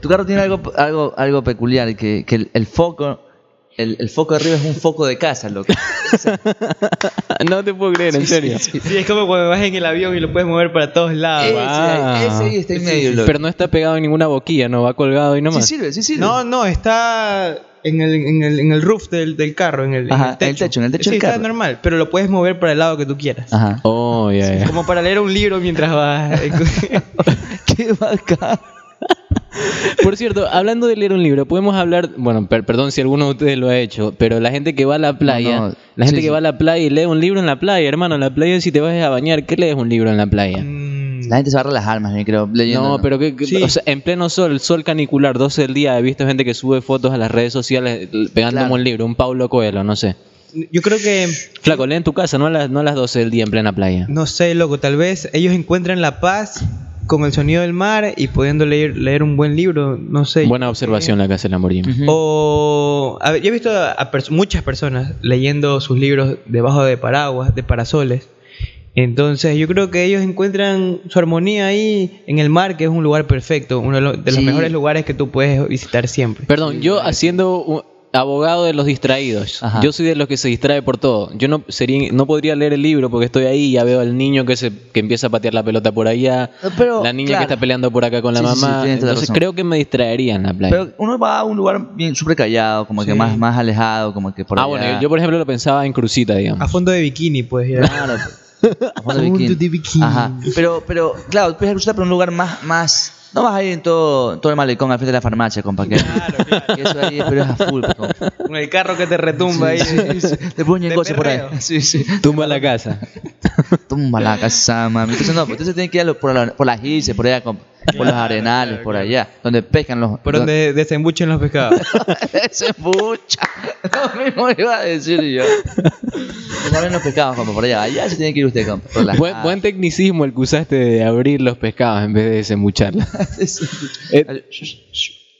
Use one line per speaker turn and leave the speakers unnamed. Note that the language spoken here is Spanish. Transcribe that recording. Tu carro tiene algo, algo, algo peculiar, que, que el, el foco, el, el foco de arriba es un foco de casa, loco.
no te puedo creer, en serio.
Sí, es como cuando vas en el avión y lo puedes mover para todos
Eh,
lados.
Ah.
Ese, ese está en medio, loco.
Pero no está pegado en ninguna boquilla, no va colgado y
sí
nomás.
sirve, sí sirve.
No, no, está en el, en el, en el roof del, del carro, en el, en
Ajá,
el techo.
en el techo, en el techo
Sí,
del
está
carro.
normal, pero lo puedes mover para el lado que tú quieras.
Ajá.
Oh, ya, ya.
Como para leer un libro mientras vas.
Qué bacán.
Por cierto, hablando de leer un libro, podemos hablar, bueno, per- perdón si alguno de ustedes lo ha hecho, pero la gente que va a la playa,
No, no,
la gente
sí,
que
sí.
va a la playa y lee un libro en la playa, hermano, en la playa si te vas a bañar, ¿qué lees un libro en la playa?
Mm,
La gente se va a relajar más, bien, creo, leyendo.
No, pero que, que-
Sí.
o sea, en pleno sol, sol canicular, 12 del día, he visto gente que sube fotos a las redes sociales l- pegándome
Claro.
un libro, un Paulo Coelho, no sé.
yo creo que,
Flaco, lee en tu casa, no a las, no a las 12 del día en plena playa.
no sé, loco, tal vez ellos encuentran la paz con el sonido del mar y pudiendo leer, leer un buen libro, no sé.
Buena observación la que hace Lamborghini.
Ujú.
O, a ver, yo he visto a, a pers- muchas personas leyendo sus libros debajo de paraguas, de parasoles. Entonces, yo creo que ellos encuentran su armonía ahí en el mar, que es un lugar perfecto, uno de lo- de los
Sí.
mejores lugares que tú puedes visitar siempre.
Perdón, yo haciendo un- abogado de los distraídos.
Eh, Ajá.
Yo soy de los que se distrae por todo. Yo no sería no podría leer el libro porque estoy ahí y ya veo al niño que se que empieza a patear la pelota por allá,
Eh, Pero,
la niña
claro.
que está peleando por acá con la
Sí, sí, sí,
mamá.
tienes toda la
Entonces
razón.
creo que me distraería en la playa.
Pero uno va a un lugar bien súper callado, como que
Sí.
más, más alejado, como que por
ah,
allá.
bueno, yo por ejemplo lo pensaba en crucita, digamos.
A fondo de bikini pues, puedes ir.
Claro. a fondo de
Mundo
bikini.
de bikini.
Ajá. Pero, pero, claro, puedes cruzar por un lugar más, más. No vas a ir en todo, todo el malecón al frente de la farmacia, compa. Que, que eso ahí pero es a full, pues, compa.
Con el carro que te retumba
Sí,
ahí.
sí, sí. Te pones
De
negocio por
perreo.
ahí. Sí, sí.
Tumba la casa.
Tumba la casa, mami. Entonces, no, pues, entonces tienen que ir a los- por, la- por las islas, por allá, compa. por los arenales, por allá, donde pescan los.
Por donde desembuchen los pescados.
Ese pucha. Lo mismo iba a decir yo. Pues abren los pescados, compa, por allá. Allá se tiene que ir usted, compa. Por las-
Buen, buen tecnicismo el que usaste de abrir los pescados en vez de desembucharlos.
Sí, sí.
Eh,
Al- shh, shh, shh.